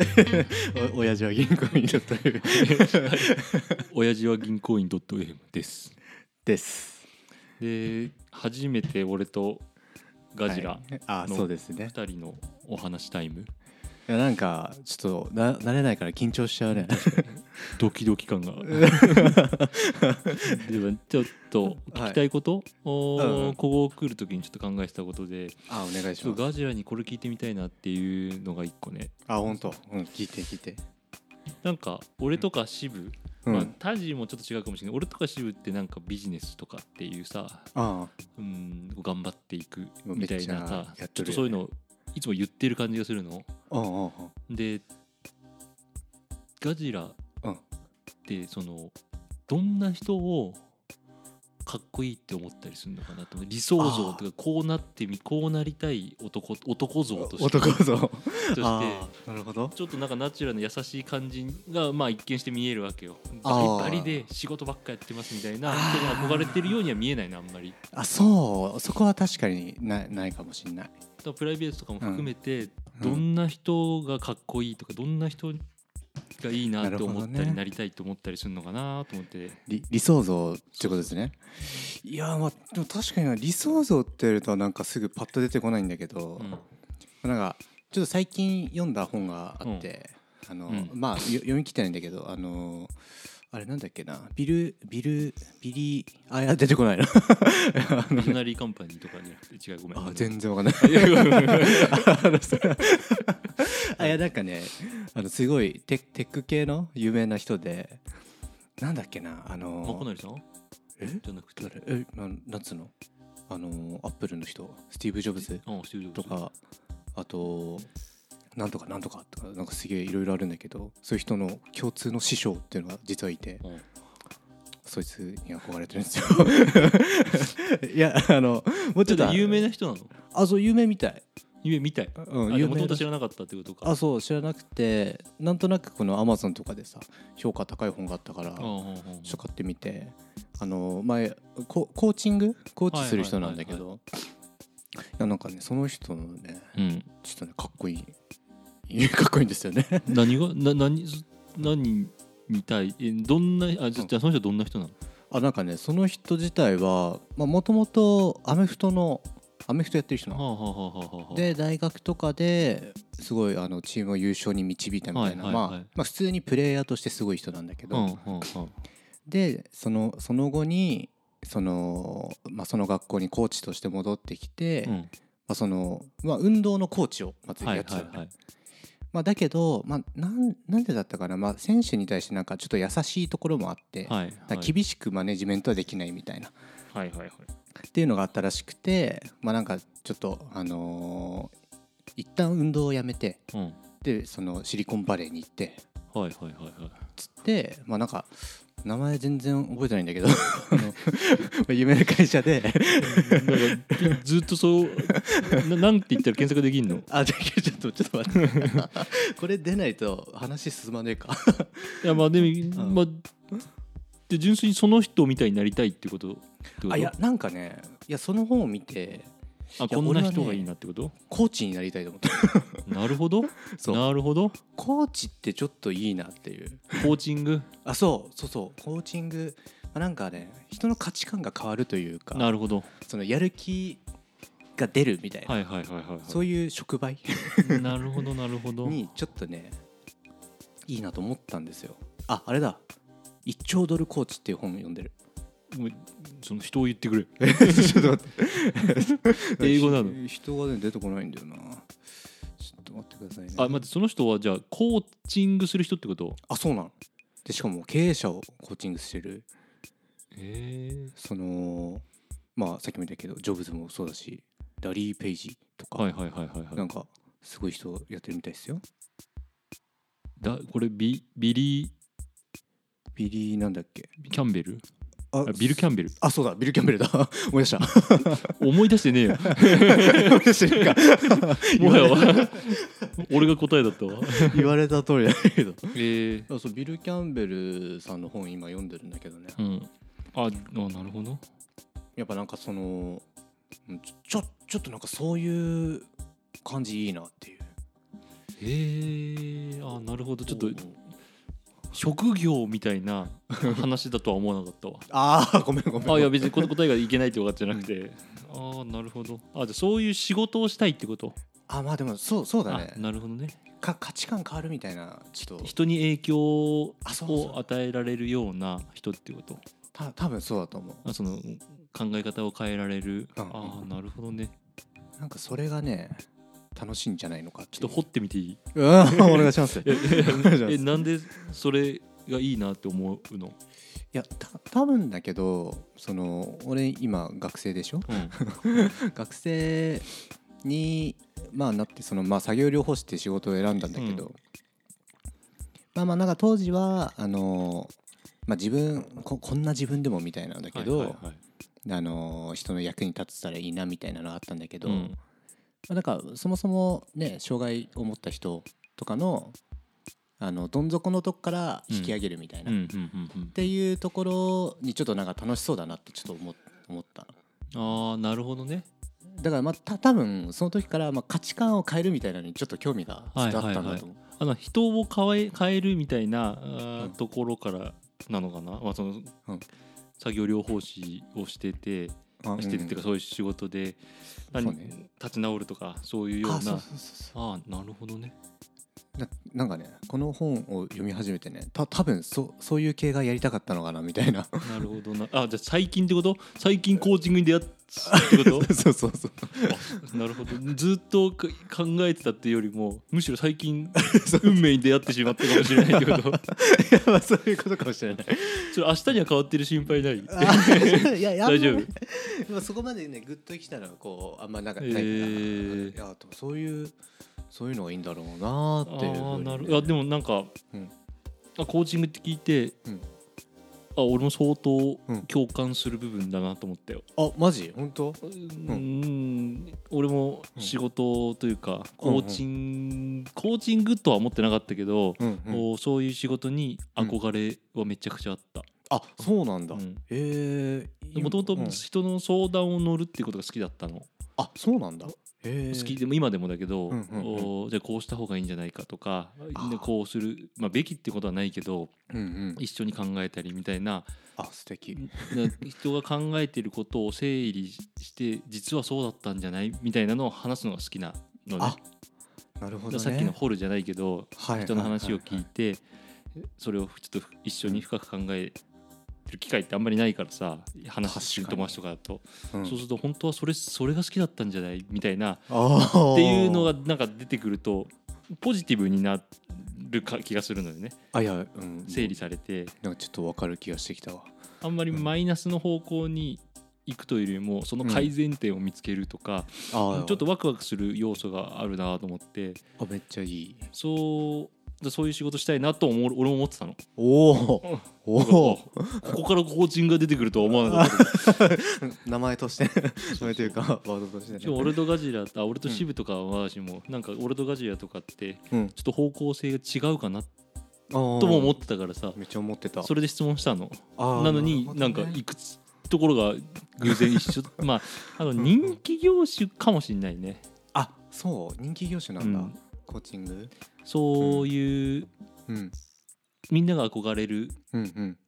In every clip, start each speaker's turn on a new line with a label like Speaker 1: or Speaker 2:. Speaker 1: お親父は銀行員だったり
Speaker 2: 親父は銀行員 .m です
Speaker 1: です。
Speaker 2: で初めて俺とガジラ
Speaker 1: はいあ
Speaker 2: の
Speaker 1: そうですね。
Speaker 2: 2人のお話タイム
Speaker 1: いやなんかちょっとな慣れないから緊張しちゃうね。
Speaker 2: ドキドキ 感がでもちょっと聞きたいこと、おー
Speaker 1: うんうん
Speaker 2: ここを来る時にちょっと考えてたことで
Speaker 1: あお願いし
Speaker 2: ちょっと
Speaker 1: ます。
Speaker 2: ガジラにこれ聞いてみたいなっていうのが1個ね
Speaker 1: あ本当。うん聞いて聞いて。
Speaker 2: なんか俺とか支部、
Speaker 1: うん。
Speaker 2: まあ、タジもちょっと違うかもしれない俺とか支部ってなんかビジネスとかっていうさ
Speaker 1: ああ
Speaker 2: うん頑張っていくみたいなさ
Speaker 1: めっちゃやっ
Speaker 2: ちょっ
Speaker 1: てるよね
Speaker 2: とそういうのいつも言ってる感じがするの
Speaker 1: うんうんうん
Speaker 2: でガジラっ
Speaker 1: うん。
Speaker 2: てそのどんな人をかっこいいって思ったりするのかなと思って理想像とかこうなってみこうなりたい男男像 として
Speaker 1: 男像。
Speaker 2: として
Speaker 1: ああなるほど。
Speaker 2: ちょっとなんかナチュラルな優しい感じがまあ一見して見えるわけよバリ
Speaker 1: あー
Speaker 2: バリで仕事ばっかやってますみたいな人が憧れてるようには見えないなあんまり
Speaker 1: あそうそこは確かにないないかもしれない。
Speaker 2: だからプライベートとかも含めて、
Speaker 1: うん
Speaker 2: どんな人がかっこいいとかどんな人がいいな
Speaker 1: な
Speaker 2: っ
Speaker 1: る
Speaker 2: て
Speaker 1: ほど
Speaker 2: 思
Speaker 1: ね
Speaker 2: ったりなりたいと思ったりするのかなと思って
Speaker 1: 理理想像ってことですねいやまあでも確かにな理想像って言うとなんかすぐパッと出てこないんだけど
Speaker 2: う、ん
Speaker 1: なんかちょっと最近読んだ本があって、あの
Speaker 2: うん
Speaker 1: まあよ読み切ってないんだけどあのあれなんだっけなビルビルビリーあいや出てこないなあの
Speaker 2: ミリオナリーカンパニーとかじゃなくて違うごめん
Speaker 1: あ
Speaker 2: の
Speaker 1: 全然わかんない
Speaker 2: いやいやいやいや
Speaker 1: あのさ あいやなんかねあのすごいテテック系の有名な人でなんだっけなあの
Speaker 2: まこなりさん
Speaker 1: え
Speaker 2: じゃなくて
Speaker 1: 誰えなんなんつうのあのーアップルの人スティーブ・ジョブズ
Speaker 2: うんスティーブジ
Speaker 1: と
Speaker 2: ョブズ
Speaker 1: かあとなんとかなんとかとかなんかすげえいろいろあるんだけどそういう人の共通の師匠っていうのが実はいて
Speaker 2: うん
Speaker 1: そいつに憧れてるんですよ いやあのもう
Speaker 2: ち
Speaker 1: ち
Speaker 2: ょっと
Speaker 1: ょっと
Speaker 2: 有名な人なの
Speaker 1: あそう有名みたい、
Speaker 2: 夢みたい
Speaker 1: うん、有
Speaker 2: もと
Speaker 1: 名
Speaker 2: もと
Speaker 1: だ
Speaker 2: 知らなかったってことか
Speaker 1: あそう知らなくてなんとなくこのアマゾンとかでさ評価高い本があったから
Speaker 2: うんうんうんうん
Speaker 1: ちょっと買ってみてあの前ココーチングコーチする人なんだけど、いやなんかねその人のね
Speaker 2: うん
Speaker 1: ちょっとねかっこいいいや かっこいいんですよね
Speaker 2: 何がな何何みたいえどんなあじゃ
Speaker 1: うん
Speaker 2: じゃあその人はどんな人なの
Speaker 1: あなんかねその人自体はもともとアメフトのアメフトやってる人な
Speaker 2: は
Speaker 1: の、
Speaker 2: あはあはあはあはあ
Speaker 1: で大学とかですごいあのチームを優勝に導いたみたいな、
Speaker 2: はいはいはい
Speaker 1: まあ、まあ普通にプレイヤーとしてすごい人なんだけ
Speaker 2: う
Speaker 1: ど、
Speaker 2: んうんうん
Speaker 1: でそのその後にその,、まあ、その学校にコーチとして戻ってきて、
Speaker 2: うん
Speaker 1: まあそのまあ、運動のコーチをまずや
Speaker 2: は
Speaker 1: っ
Speaker 2: い
Speaker 1: てた
Speaker 2: は
Speaker 1: の
Speaker 2: い
Speaker 1: ね、
Speaker 2: はい
Speaker 1: まあ、だけど、まあ、なんなんでだったかな、まあ、選手に対してなんかちょっと優しいところもあって、
Speaker 2: はい
Speaker 1: だから厳しくマネジメントはできないみたいな、
Speaker 2: はいはいはい
Speaker 1: っていうのがあったらしくて、まあ、なんかちょっと、あのー一旦運動をやめて
Speaker 2: うん
Speaker 1: でそのシリコンバレーに行って
Speaker 2: はいはいはいはい
Speaker 1: つって、まあ、なんか名前全然覚えてないんだけどあの まあ有名な会社で
Speaker 2: なんかずずっとそうな なんて言ったら検索できんの
Speaker 1: あじゃあちょっとちょっと待って これ出ないと話進まねえか
Speaker 2: いやまあでも、
Speaker 1: うん
Speaker 2: まあで純粋にその人みたいになりたいってことってこと
Speaker 1: あいやなんかねいやその本を見て
Speaker 2: あ
Speaker 1: いや
Speaker 2: こんな
Speaker 1: 俺はね
Speaker 2: 人がいいなってこと、
Speaker 1: コーチになりたいと思った
Speaker 2: なるほど
Speaker 1: そう
Speaker 2: なるほど
Speaker 1: コーチってちょっといいなっていう
Speaker 2: コーチング
Speaker 1: あそうそうそうコーチングまあなんかね人の価値観が変わるというか
Speaker 2: なるほど
Speaker 1: そのやる気が出るみたいな、
Speaker 2: はいはいはいはいはい
Speaker 1: そういう触媒
Speaker 2: なるほどなるほど
Speaker 1: にちょっとねいいなと思ったんですよああれだ一兆ドルコーチっていう本読ん でる
Speaker 2: ごめんその人を言ってくれ
Speaker 1: ちょっと待っ
Speaker 2: 英語なの
Speaker 1: 人がね出てこないんだよなちょっと待ってくださいね
Speaker 2: あ待ってその人はじゃあコーチングする人ってこと
Speaker 1: あそうなのでしかも経営者をコーチングしてる
Speaker 2: へえ
Speaker 1: そのまあさっきも言ったけどジョブズもそうだしラリー・ペイジとか、
Speaker 2: はいはいはいはいは
Speaker 1: なん
Speaker 2: い
Speaker 1: かすごい人やってるみたいですよ
Speaker 2: だこれビビリー
Speaker 1: ビリーなんだっけ
Speaker 2: キャンベル
Speaker 1: あ
Speaker 2: あビル・キャンベル
Speaker 1: あそうだビル・キャンベルだ 思い出 した
Speaker 2: 思い出してねえ よ
Speaker 1: 思い出してるか
Speaker 2: もはや俺が答えだったわ
Speaker 1: 言われた通りだけど
Speaker 2: えー、
Speaker 1: あそうビル・キャンベルさんの本今読んでるんだけどね、
Speaker 2: うんああなるほど
Speaker 1: やっぱなんかそのうんちょちょちょっとなんかそういう感じいいなっていう
Speaker 2: へえあなるほどちょっと職業みたい な話だとは思わなかったわ
Speaker 1: ああごめんごめん
Speaker 2: あいや別にこの答えがいけないって分かってなく てああなるほどあじゃあそういう仕事をしたいってこと
Speaker 1: あまあでもそうそうだ
Speaker 2: あ
Speaker 1: ね
Speaker 2: なるほどね
Speaker 1: か価値観変わるみたいなちょっと
Speaker 2: 人に影響を
Speaker 1: あそうそう
Speaker 2: 与えられるような人ってこと
Speaker 1: た多分そうだと思
Speaker 2: あその考え方を変えられる、
Speaker 1: うん
Speaker 2: ああなるほどね
Speaker 1: うなんかそれがね楽しいんじゃないのか
Speaker 2: ちょっと掘ってみていい
Speaker 1: とうんお願 いします
Speaker 2: え
Speaker 1: お願いします
Speaker 2: えなんでそれがいいなって思うの、
Speaker 1: いやた多分だけどその俺今学生でしょ
Speaker 2: うん
Speaker 1: 学生に、まあ、なってその、まあ、作業療法士って仕事を選んだんだけど、
Speaker 2: う
Speaker 1: まあまあなんか当時はあのまあ、自分ここんな自分でもみたいなんだけど、
Speaker 2: はいはいはい
Speaker 1: あの人の役に立てたらいいなみたいなのがあったんだけど、
Speaker 2: うん
Speaker 1: まあ、なんかそもそもね障害を持った人とかのあのどん底のとこから引き上げるみたいな、
Speaker 2: うんう
Speaker 1: っ
Speaker 2: んうんうん
Speaker 1: ていうところにちょっとなんか楽しそうだなってちょっと思思った
Speaker 2: ああなるほどね
Speaker 1: のだからまあた多分その時からまあ価値観を変えるみたいなのにちょっと興味がずっとあったんだと思う、
Speaker 2: あの人を変え変えるみたいなあー
Speaker 1: うん
Speaker 2: ところからなのかな、まあその
Speaker 1: うん
Speaker 2: 作業療法士をしてて
Speaker 1: あ
Speaker 2: しててっていうかそういう仕事で、何
Speaker 1: そうね
Speaker 2: 立ち直るとかそういうよう
Speaker 1: うん
Speaker 2: な
Speaker 1: あそうそうそうそ
Speaker 2: ああなるほどね
Speaker 1: うななんかねこの本を読み始めてねた多分そそういう系がやりたかったのかなみた いな
Speaker 2: なるほどなあじゃあ最近ってこと最近コーチングに出会ったってこと
Speaker 1: そうそうそう
Speaker 2: あなるほどずっとか考えてたっていうよりもむしろ最 近運命に出会ってしまったかもしれないってこと
Speaker 1: いやまあそういうことかもしれない
Speaker 2: それ明日には変わってる心配ない
Speaker 1: あいやいやあんま
Speaker 2: 大丈夫
Speaker 1: ねまあそこまでねグッときたのはこうあんまなんか
Speaker 2: え
Speaker 1: タイプだな、
Speaker 2: ー
Speaker 1: いやでもそういうそういうのがいいんだろうなっていうふう
Speaker 2: あー
Speaker 1: にね
Speaker 2: なるあでもなんか、
Speaker 1: うん
Speaker 2: あコーチングって聞いて、
Speaker 1: うん
Speaker 2: あ俺も相当
Speaker 1: うん
Speaker 2: 共感する部分だなと思ったよ。
Speaker 1: あマジ本当
Speaker 2: うーん俺も仕事というか、コーチンコーチングとは思ってなかったけど、
Speaker 1: うん、うん
Speaker 2: こうそういう仕事に憧れはめちゃくちゃあった。
Speaker 1: あそうなんだ、
Speaker 2: うん
Speaker 1: ええ
Speaker 2: もともと
Speaker 1: うん
Speaker 2: 人の相談を乗るっていうことが好きだったの、
Speaker 1: あそうなんだええ
Speaker 2: 好きでも今でもだけど、
Speaker 1: うんうんうん
Speaker 2: おじゃあこうした方がいいんじゃないかとか
Speaker 1: あー
Speaker 2: でこうする、まあ、べきってことはないけど、
Speaker 1: うんうん
Speaker 2: 一緒に考えたりみたいな
Speaker 1: あ素敵
Speaker 2: な人が考えてることを整理して実はそうだったんじゃないみたいなのを話すのが好きなのね
Speaker 1: あなるほどね
Speaker 2: さっきの掘るじゃないけど
Speaker 1: はい
Speaker 2: 人の話を聞
Speaker 1: はい
Speaker 2: てそれをちょっと一緒に深く考えてる機会ってあんまりないからさ話してる
Speaker 1: 確か
Speaker 2: 友
Speaker 1: に
Speaker 2: 達とかだと
Speaker 1: いはい
Speaker 2: そう
Speaker 1: うん
Speaker 2: すると本当はそれそれが好きだったんじゃないみたいな
Speaker 1: あー
Speaker 2: っていうのがなんか出てくるとポジティブになるか気がするのでね
Speaker 1: あいや、うん、
Speaker 2: 整理されて。
Speaker 1: なんかちょっとわかる気がしてきたわ
Speaker 2: あんまりマイナスの方向に行くというよりもその改善点を見つけるとか、
Speaker 1: あー
Speaker 2: ちょっとワクワクする要素があるなと思って
Speaker 1: あめっちゃいい
Speaker 2: そうそういう仕事したいなと思う俺も思ってたの
Speaker 1: おお
Speaker 2: うん
Speaker 1: お
Speaker 2: なんか
Speaker 1: お
Speaker 2: ここからコーチングが出てくるとは思わなかったけど
Speaker 1: 名前として名前というかワードとしてね
Speaker 2: しかも俺とガジラあ俺とシブとかは私も、なんか俺とガジラとかって
Speaker 1: うん
Speaker 2: ちょっと方向性が違うかなと
Speaker 1: とも
Speaker 2: も思ってたからさ
Speaker 1: めっちゃ思ってた
Speaker 2: それで質問したの
Speaker 1: あー
Speaker 2: なのに
Speaker 1: るほどね
Speaker 2: なんかいくつところが偶然 一緒まああの人気業種かもしれないね
Speaker 1: あそう人気業種なんだ、
Speaker 2: うん
Speaker 1: コーチング
Speaker 2: そういう、
Speaker 1: うん
Speaker 2: みんなが憧れる
Speaker 1: うんうん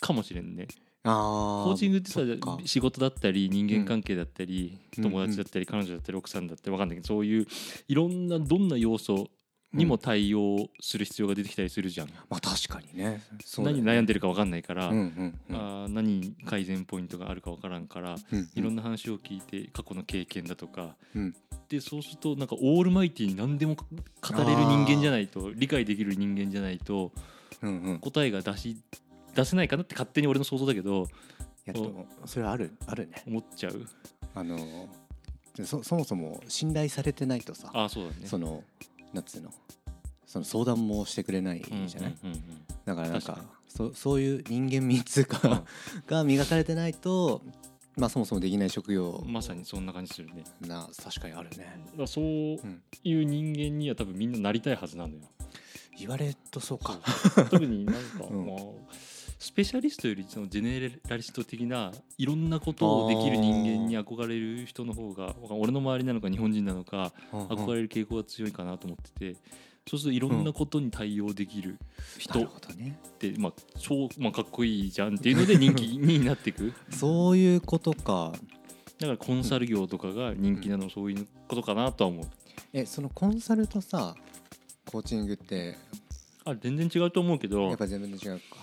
Speaker 2: かもしれんね
Speaker 1: あ
Speaker 2: コーチン
Speaker 1: グ
Speaker 2: グってさ
Speaker 1: そっか
Speaker 2: 仕事だったり人間関係だったり、
Speaker 1: うん
Speaker 2: 友達だったり彼女だったり奥さんだったり分かんないけどそういういろんなどんな要素にも対応する必要が出てきたりするじゃん、
Speaker 1: まあ確かにね
Speaker 2: 何悩ん
Speaker 1: で
Speaker 2: でるか分かんないから、
Speaker 1: うんうんうん
Speaker 2: あー何に改善ポイントがあるか分からんから
Speaker 1: うんうん
Speaker 2: いろんな話を聞いて過去の経験だとか、
Speaker 1: うん
Speaker 2: でそうするとなんかオールマイティーに何でも語れる人間じゃないと理解できる人間じゃないと
Speaker 1: うんうん
Speaker 2: 答えが出し出せないかなって勝手に俺の想像だけど
Speaker 1: いやでもそれはあるあるね
Speaker 2: 思っちゃう
Speaker 1: あのでそそもそも信頼されてないとさ
Speaker 2: ああそうだね
Speaker 1: そのなんつうのその相談もしてくれないじゃない、
Speaker 2: うんうんうん
Speaker 1: だからなんか
Speaker 2: 確かに
Speaker 1: そそういう人間味っつうかが磨かれてないと、まあ、そもそもできない職業
Speaker 2: うんまさにそんな感じするね
Speaker 1: な確かにあるね、
Speaker 2: だからそういう
Speaker 1: うん、
Speaker 2: 人間には多分 みんななりたいはずなのよ
Speaker 1: 言われるとそうか
Speaker 2: 特になんか、
Speaker 1: うん
Speaker 2: まあスペシャリストよりそのジェネラリスト的ないろんなことをできる人間に憧れる人の方がわかん俺の周りなのか日本人なのか憧
Speaker 1: れ
Speaker 2: れる傾向が強いかなと思っててそうするといろんなことに対応できる人
Speaker 1: な
Speaker 2: っ
Speaker 1: るほどね
Speaker 2: て、まあ、超、まあ、かっこいいじゃんっていうので人気になっていく
Speaker 1: そういうことか
Speaker 2: だからコンサル業とかが人気なのそういうことかなとは思う
Speaker 1: えそのコンサルとさコーチングって
Speaker 2: あ全然違うと思うけ
Speaker 1: や
Speaker 2: ど
Speaker 1: っぱ全然違うか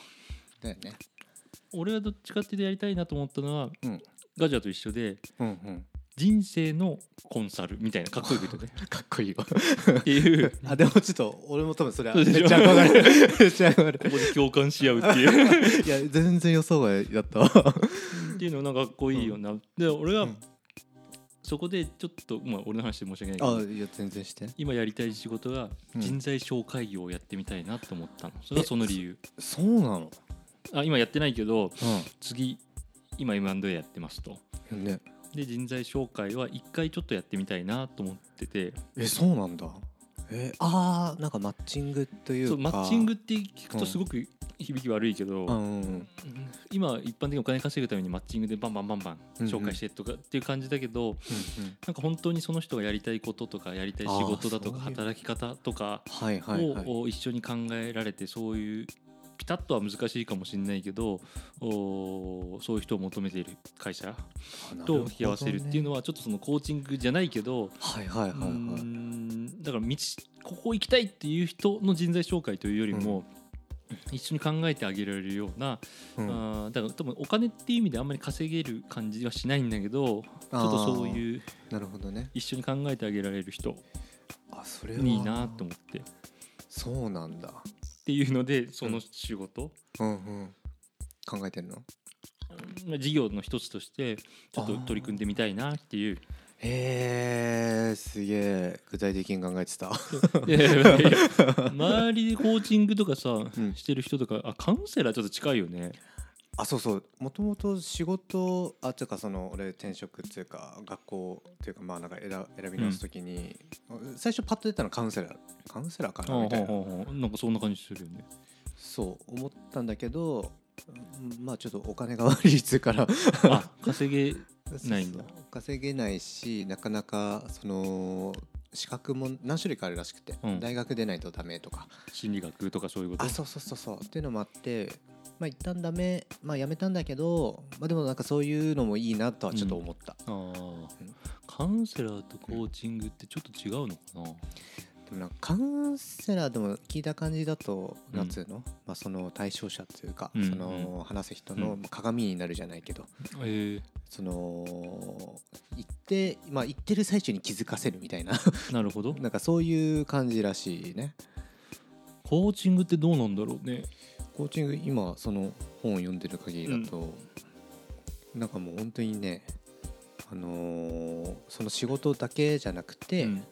Speaker 1: だよね
Speaker 2: 俺はどっちかっていうとやりたいなと思ったのは、
Speaker 1: うん
Speaker 2: ガジャと一緒で
Speaker 1: うんうん
Speaker 2: 人生のコンサルみたいなかっこいいこと ね
Speaker 1: かっこいいよ
Speaker 2: っていう
Speaker 1: あでもちょっと俺も多分それは
Speaker 2: そう
Speaker 1: めっ
Speaker 2: でしょ
Speaker 1: ちゃ憧れる めっちゃ憧れる
Speaker 2: ここで共感し合うって いう
Speaker 1: いや全然予想外だ ったわ
Speaker 2: っていうのなんかかっこいいよな、で俺は、
Speaker 1: うん
Speaker 2: そこでちょっと、まあ、俺の話で申し訳ないけ
Speaker 1: あ
Speaker 2: ど
Speaker 1: いや全然して
Speaker 2: 今やりたい仕事が
Speaker 1: うん
Speaker 2: 人材紹介業をやってみたいなと思ったの、それがその理由
Speaker 1: そうなの
Speaker 2: あ今やってないけど
Speaker 1: う
Speaker 2: 次今 M&A やってますと
Speaker 1: んね
Speaker 2: で人材紹介は一回ちょっとやってみたいなと思ってて
Speaker 1: えそうなんだえあーなんかマッチングというか
Speaker 2: そうマッチングって聞くとすごく響き悪いけど、
Speaker 1: うんうん
Speaker 2: 今一般的にお金稼ぐためにマッチングでバンバンバンバン紹介してとかっていう感じだけど、なんか本当にその人がやりたいこととかやりたい仕事だとか
Speaker 1: あーそういう
Speaker 2: 働き方とか
Speaker 1: はいはいはい
Speaker 2: をを一緒に考えられてそういうピタッとは難しいかもしれないけどおーそういう人を求めている会社と引き合わせるっていうの
Speaker 1: は
Speaker 2: はちょっとそのコーチングじゃないけど
Speaker 1: はいはいうはい
Speaker 2: ー
Speaker 1: はい
Speaker 2: んだから道ここ行きたいっていう人の人材紹介というよりも一緒に考えてあげられるような
Speaker 1: うん
Speaker 2: あーだから多分お金っていう意味であんまり稼げる感じはしないんだけどちょっとそう
Speaker 1: う
Speaker 2: いう
Speaker 1: なるほどね
Speaker 2: 一緒に考えてあげられる人
Speaker 1: あそれ
Speaker 2: いいなと思ってっ
Speaker 1: そうなんだ
Speaker 2: ていうのでその仕事、
Speaker 1: うんうん考えてるの
Speaker 2: まあ事業の一つとしてちょっと取り組んでみたいなっていう
Speaker 1: へえすげえ具体的に考えてた
Speaker 2: いやいやいやいや周りでコーチングとかさ、
Speaker 1: ん
Speaker 2: してる人とかあカウンセラーちょっと近いよね
Speaker 1: あそうそうもともと仕事あていうかその俺転職っていうか学校っていうかまあなんか選選び直すときに、最初パッと出たのカウンセラーカウンセラーかな
Speaker 2: ほ
Speaker 1: み
Speaker 2: う
Speaker 1: た
Speaker 2: ほ
Speaker 1: いな
Speaker 2: うほうほうなんかそんな感じする よね
Speaker 1: そう思ったんだけどうんまあちょっとお金が悪いっつうから
Speaker 2: あ稼げ ないんだ
Speaker 1: そうそう稼げないしなかなかその資格も何種類かあるらしくて、
Speaker 2: うん
Speaker 1: 大学出ないとダメとか
Speaker 2: 心理学とかそういうこと
Speaker 1: あそうそうそうそうっていうのもあってまあ一旦ダメまあやめたんだけどまあでもなんかそういうのもいいなとはちょっと思った、
Speaker 2: あーカウンセラーとコーチングってちょっと違うのかな、
Speaker 1: でもなんかカウンセラーでも聞いた感じだと
Speaker 2: うん
Speaker 1: 夏の、まあその対象者っていうか、
Speaker 2: うん
Speaker 1: その話す人の
Speaker 2: うん
Speaker 1: 鏡になるじゃないけど、
Speaker 2: え
Speaker 1: その行ってまあ行ってる最中に気づかせるみたいな
Speaker 2: ーなるほど
Speaker 1: なんかそういう感じらしいね
Speaker 2: コーチングってどうなんだろうね
Speaker 1: コーチング今その本を読んでる限りだと、なんかもう本当にねあのーその仕事だけじゃなくて、
Speaker 2: うん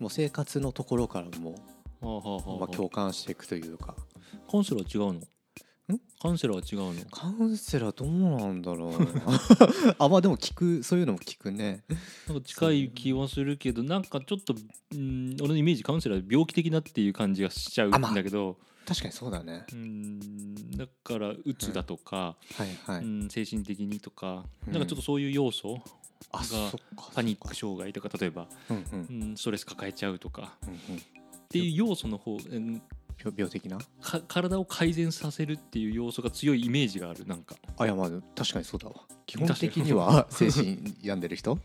Speaker 1: もう生活のところからも、
Speaker 2: はあはあはあはあ
Speaker 1: まあ、共感していくというか
Speaker 2: カウンセラーは違うのカウンセラーは違うの
Speaker 1: カウンセラーどうなんだろう あまあでも聞くそういうのも聞くね
Speaker 2: なんか近い気はするけどなんかちょっとうん俺のイメージカウンセラー病気的なっていう感じがしちゃうん
Speaker 1: あまあ
Speaker 2: だけど、
Speaker 1: 確かにそうだね
Speaker 2: うんだからうつだとか、
Speaker 1: はいはい、
Speaker 2: うん精神的にとか、
Speaker 1: うん
Speaker 2: なんかちょっとそういう要素
Speaker 1: あ
Speaker 2: が
Speaker 1: そっかそっか
Speaker 2: パニック障害とか例えば、
Speaker 1: うんうんうん
Speaker 2: うんストレス抱えちゃうとか
Speaker 1: うん
Speaker 2: っていう要素の方、うん、
Speaker 1: 病病的な
Speaker 2: か体を改善させるっていう要素が強いイメージがあるなんか
Speaker 1: あいやまあ確かにそうだわ基本的には精神病んでる人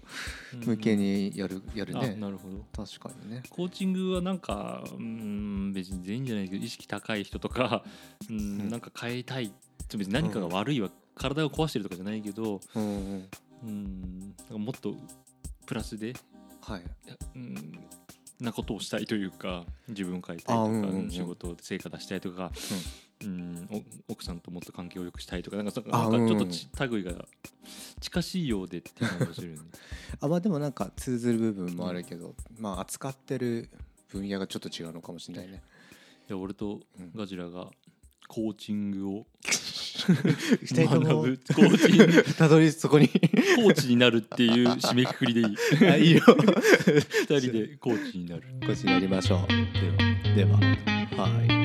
Speaker 1: 向けにやるや
Speaker 2: う
Speaker 1: る
Speaker 2: んあ
Speaker 1: ね
Speaker 2: なるほど
Speaker 1: 確かにね
Speaker 2: コーチングはなんかうん別に全員じゃないけど意識高い人とか うん、
Speaker 1: ん
Speaker 2: なんか変えたい別に何かが悪いは、体を壊してるとかじゃないけど
Speaker 1: うんうん
Speaker 2: うんなんかもっとプラスで
Speaker 1: はい
Speaker 2: うんなことをしたいというか自分を変えたいとか、
Speaker 1: あうんうんうん
Speaker 2: 仕事で成果出したいとか、うんお奥さんともっと関係を良くしたいとかなんかな
Speaker 1: あ
Speaker 2: んかちょっ
Speaker 1: うんう
Speaker 2: と
Speaker 1: ん
Speaker 2: ち、類が近しいようでっていう感じがする よね。
Speaker 1: あまあでもなんか通ずる部分もあるけど、まあ扱ってる分野がちょっと違うのかもしれないね
Speaker 2: いや俺とガジラがコーチングを
Speaker 1: 二人とも
Speaker 2: 学ぶコーチング
Speaker 1: たどりそこに
Speaker 2: コーチになるっていう締めくくりでいい
Speaker 1: あいいよ
Speaker 2: 二人でコーチになる
Speaker 1: こっちやりましょ
Speaker 2: では
Speaker 1: うでははい